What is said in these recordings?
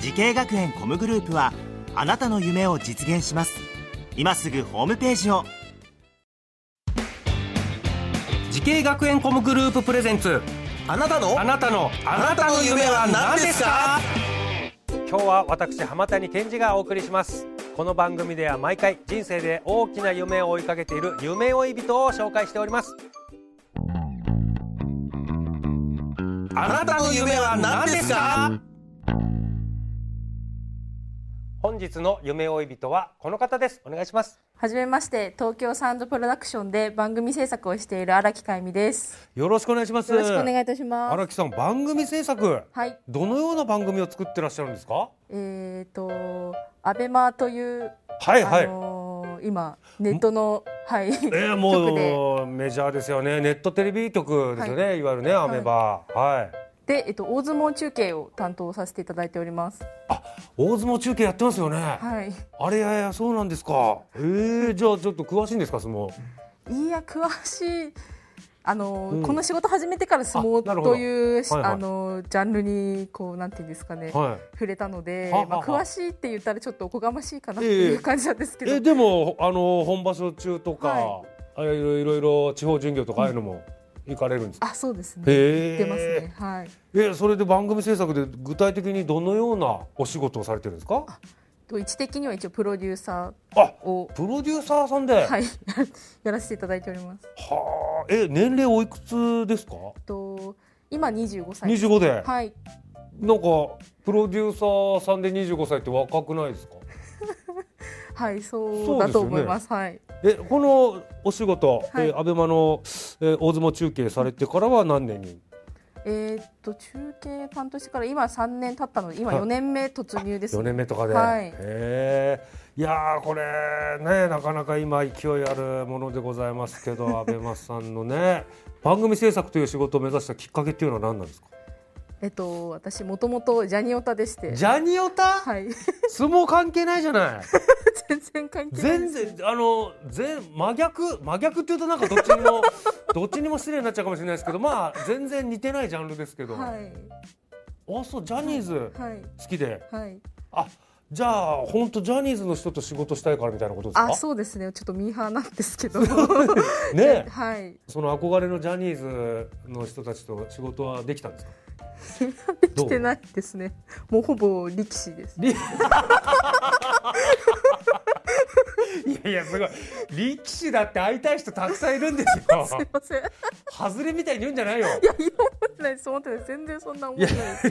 時系学園コムグループはあなたの夢を実現します今すぐホームページを時系学園コムグループプレゼンツあなたのあなたのあなたの夢は何ですか今日は私浜谷健二がお送りしますこの番組では毎回人生で大きな夢を追いかけている夢追い人を紹介しておりますあなたの夢は何ですか本日の夢追い人はこの方ですお願いしますはじめまして、東京サウンドプロダクションで番組制作をしている荒木海美です。よろしくお願いしますよろしくお願いいたします。荒木さん番組制作はい、どのような番組を作ってらっしゃるんですかえっ、と、アベマという、はいはい、あのー今ネットのはい、えー、局でもうメジャーですよねネットテレビ局ですよね、い、わゆるねアメバはい、 で、えっと大相撲中継を担当させていただいております。大相撲中継やってますよね、はい、あれややそうなんですかえー、じゃあちょっと詳しいんですか相撲いや詳しい。あのーうんこの仕事始めてから相あなる撲ほどというしはいはいあのージャンルにこうなんていうんですかね、はい触れたので、はははまあ詳しいって言ったらちょっとおこがましいかなってえいえう感じなんですけど、えでもあの本場所中とか、はあれいろいろいろ地方巡業とかああいうのも行かれるんですか、あそうですね。へえ出ますね。はい。えそれで番組制作で具体的にどのようなお仕事をされてるんですかと位置的には一応プロデューサあーをプロデューサーさんで、はい やらせていただいております。はあえ年齢おいくつですか、と今25歳。二十25で、はい。なんかプロデューサーさんで25歳って若くないですかはいそそううですよねだと思います。はい。えこのお仕事、はいえーアベマの、えー大相撲中継されてからは何年にえーっと中継担当してから今3年経ったので今はい4年目突入です、 4年目とかで、はいへえいやーこれねなかなか今勢いあるものでございますけ どアベマさんのね番組制作という仕事を目指したきっかけっていうのは何なんですかえっと私もともとジャニオタでして。ジャニオタ、はい 相撲関係ないじゃない全然関係ないで全す。然あの全真逆真逆っていうとなんかどっちに もどっちにも失礼になっちゃうかもしれないですけどまあ全然似てないジャンルですけど、はいあそうジャニーズはい好きで、はい。あじゃあ本当ジャニーズの人と仕事したいからみたいなことですかあそうですねちょっとミーハーなんですけど。ねえ はい。その憧れのジャニーズの人たちと仕事はできたんですかでどうきてないですね。もうほぼ力士です。りいやいやすごい力士だって会いたい人たくさんいるんです よすいません。外れみたいに言うんじゃないよいや、いや思ってないです、思ってないです、全然そんな思ってないです。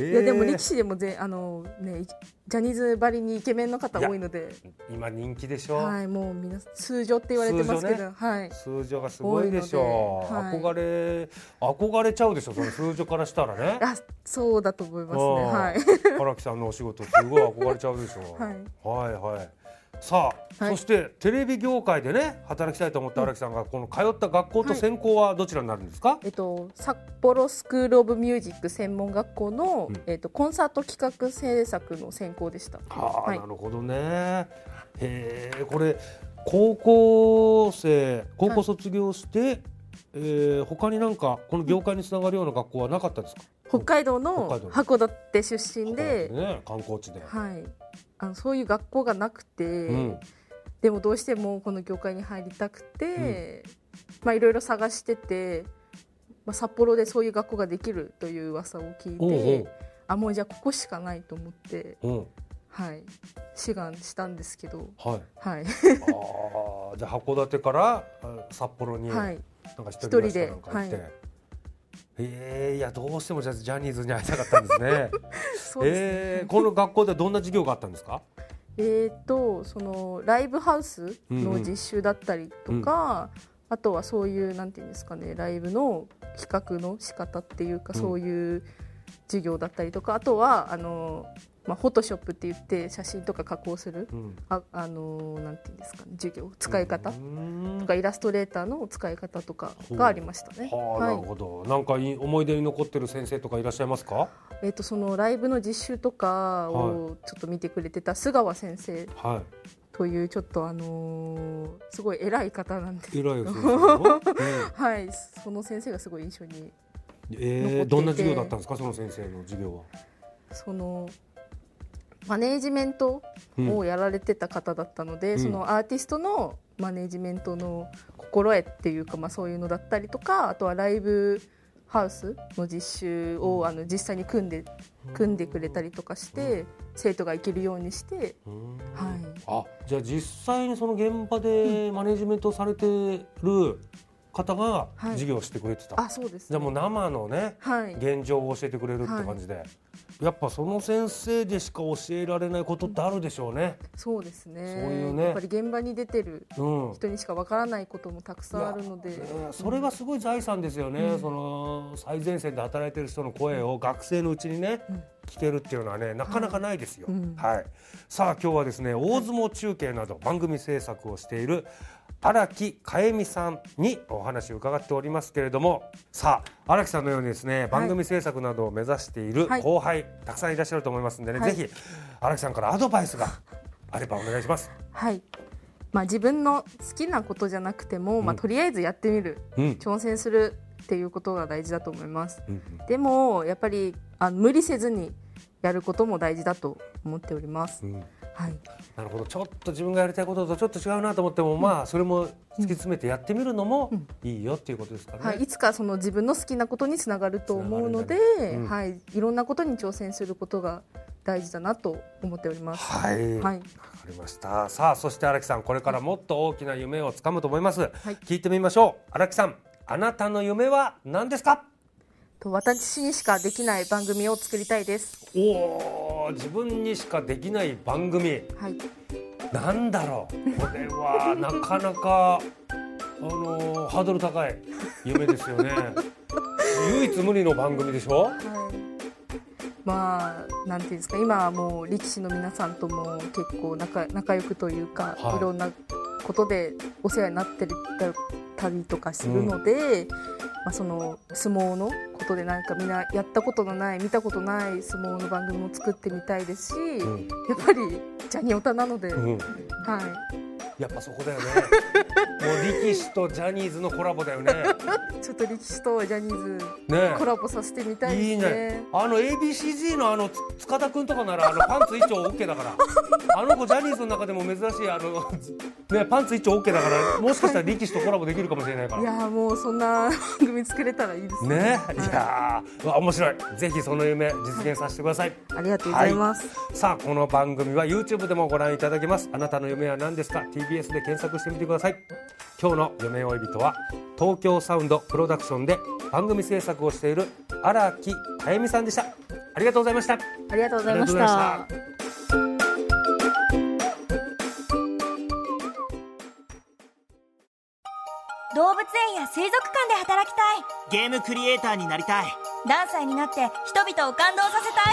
いいや、でも力士でもぜ、あの、ね、いジャニーズばりにイケメンの方多いので。今人気でしょ、はい、もう、皆さん、通常って言われてますけ通常ど、はい。数字がすごいでしょう多いのではい憧れ憧れちゃうでしょその数字からしたらね あ、そうだと思いますね。うんはい。荒木さんのお仕事すごい憧れちゃうでしょはいはいさあ、はそいしてテレビ業界でね働きたいと思った荒木さんがこの通った学校とはい専攻はどちらになるんですか、えっと、札幌スクール・オブ・ミュージック専門学校の、うんえっと、コンサート企画制作の専攻でした。はあ、はいなるほどねへえこれ高校生高校卒業して、えー他になんかこの業界につながるような学校はなかったですか北海道北の海道函館出身で、ね観光地で、はい。あの、そういう学校がなくて。うんでもどうしてもこの業界に入りたくて、まあいろいろ探してて、まあ、札幌でそういう学校ができるという噂を聞いおてうあもうじゃあここしかないと思って、おううんはい、志願したんですけど、はいはあいあじゃあ函館からあ札幌に、はい、なんか一人暮らしかなんか行っ一て。人へではえいやどうしてもじゃあジャニーズに会いたかったんですね。 そうですねええこの学校ではどんな授業があったんですか。えーっとそのライブハウスの実習だったりとか、あとはそういうなんていうんですかねライブの企画の仕方っていうか、うんそういう授業だったりとかあとはあの、まあ、フォトショップって言って写真とか加工するうんああのなんていうんですかね授業使い方うんとかイラストレーターの使い方とかがありましたね。はあ、なるほど。なんかいい思い出に残ってる先生とかいらっしゃいますか？えっとそのライブの実習とかをちょっと見てくれてた菅川先生はというちょっとあのーすごい偉い方なんです い。け偉いど先生の。 はいその先生がすごい印象にうんえ残ってえいてどんな授業だったんですか？その先生の授業は。そのマネージメントうんをやられてた方だったので、うんそのアーティストのマネージメントの心得っていうか、まあ、そういうのだったりとかあとはライブハウスの実習をあの実際に組んで組んでくれたりとかして、生徒が行けるようにして、うんはい、あ、じゃあ実際にその現場でマネジメントされてる方がはい授業をしてくれてた。あそうです、じゃあもう生のね。はい、現状を教えてくれるって感じで、やっぱその先生でしか教えられないことってあるでしょうね。そうですねそういうねやっぱり現場に出てるうん、人にしかわからないこともたくさんあるので、いやねそれがすごい財産ですよね、その最前線で働いてる人の声を学生のうちにね、聞けるっていうのはねなかなかないですよ、うんはい、さあ今日はですね大相撲中継など番組制作をしている荒木かえみさんにお話を伺っておりますけれどもさあ荒木さんのようにですね番組制作などを目指しているはい後輩、たくさんいらっしゃると思いますんでね、はいぜひ荒木さんからアドバイスがあればお願いします。はい。まあ、自分の好きなことじゃなくても、まあ、とりあえずやってみる、うん挑戦するっていうことが大事だと思います。うんでもやっぱりあの無理せずにやることも大事だと思っております。うんはい、なるほどちょっと自分がやりたいこととちょっと違うなと思っても、まあそれも突き詰めてやってみるのもいいよっていうことですかね。はい、いつかその自分の好きなことにつながると思うので、つながるんだねうんはい、いろんなことに挑戦することが大事だなと思っております。はいわ、はいかりましたさあそして荒木さんこれからもっと大きな夢をつかむと思います、い聞いてみましょう荒木さんあなたの夢は何ですかと私にしかできない番組を作りたいです。おー自分にしかできない番組はい、なんだろうこれはなかなかあのーハードル高い夢です よね唯一無二の番組でしょはい、まあなんていうんですか今はもう力士の皆さんとも結構仲仲良くというか、はいい、ろんなことでお世話になってたりとかするので、まあ、その相撲のことでなんかみんなやったことのない見たことない相撲の番組も作ってみたいですし、やんっぱりジャニオタなので、うんはやっぱそこ だよね。もう力士とジャニーズのコラボだよね。い、ちょっと力士とジャニーズねコラボさせてみたえ。いいいですね。ね。あの ABCG のあのつ塚田君とかならあのパンツ一丁 OK だ から。あの子ジャニーズの中でも珍しいあのねパンツ一丁 OK だからもしかしたら力士とコラボできるかもしれないかいら。ねやーもうそんな 番組作れたらいいですえ。いね。やーうわ面白い。ぜひその夢実現させてください。ありがとうございます。さあこの番組は YouTube でもご覧いただけますあなたの夢は何ですか TBS で検索してみてください今日の夢追い人は東京サウンドプロダクションで番組制作をしている荒木あやみさんでしたありがとうございましたありがとうございましありがとうございましたた。動物園や水族館で働きたいゲームクリエイターになりたい何歳になって人々を感動させた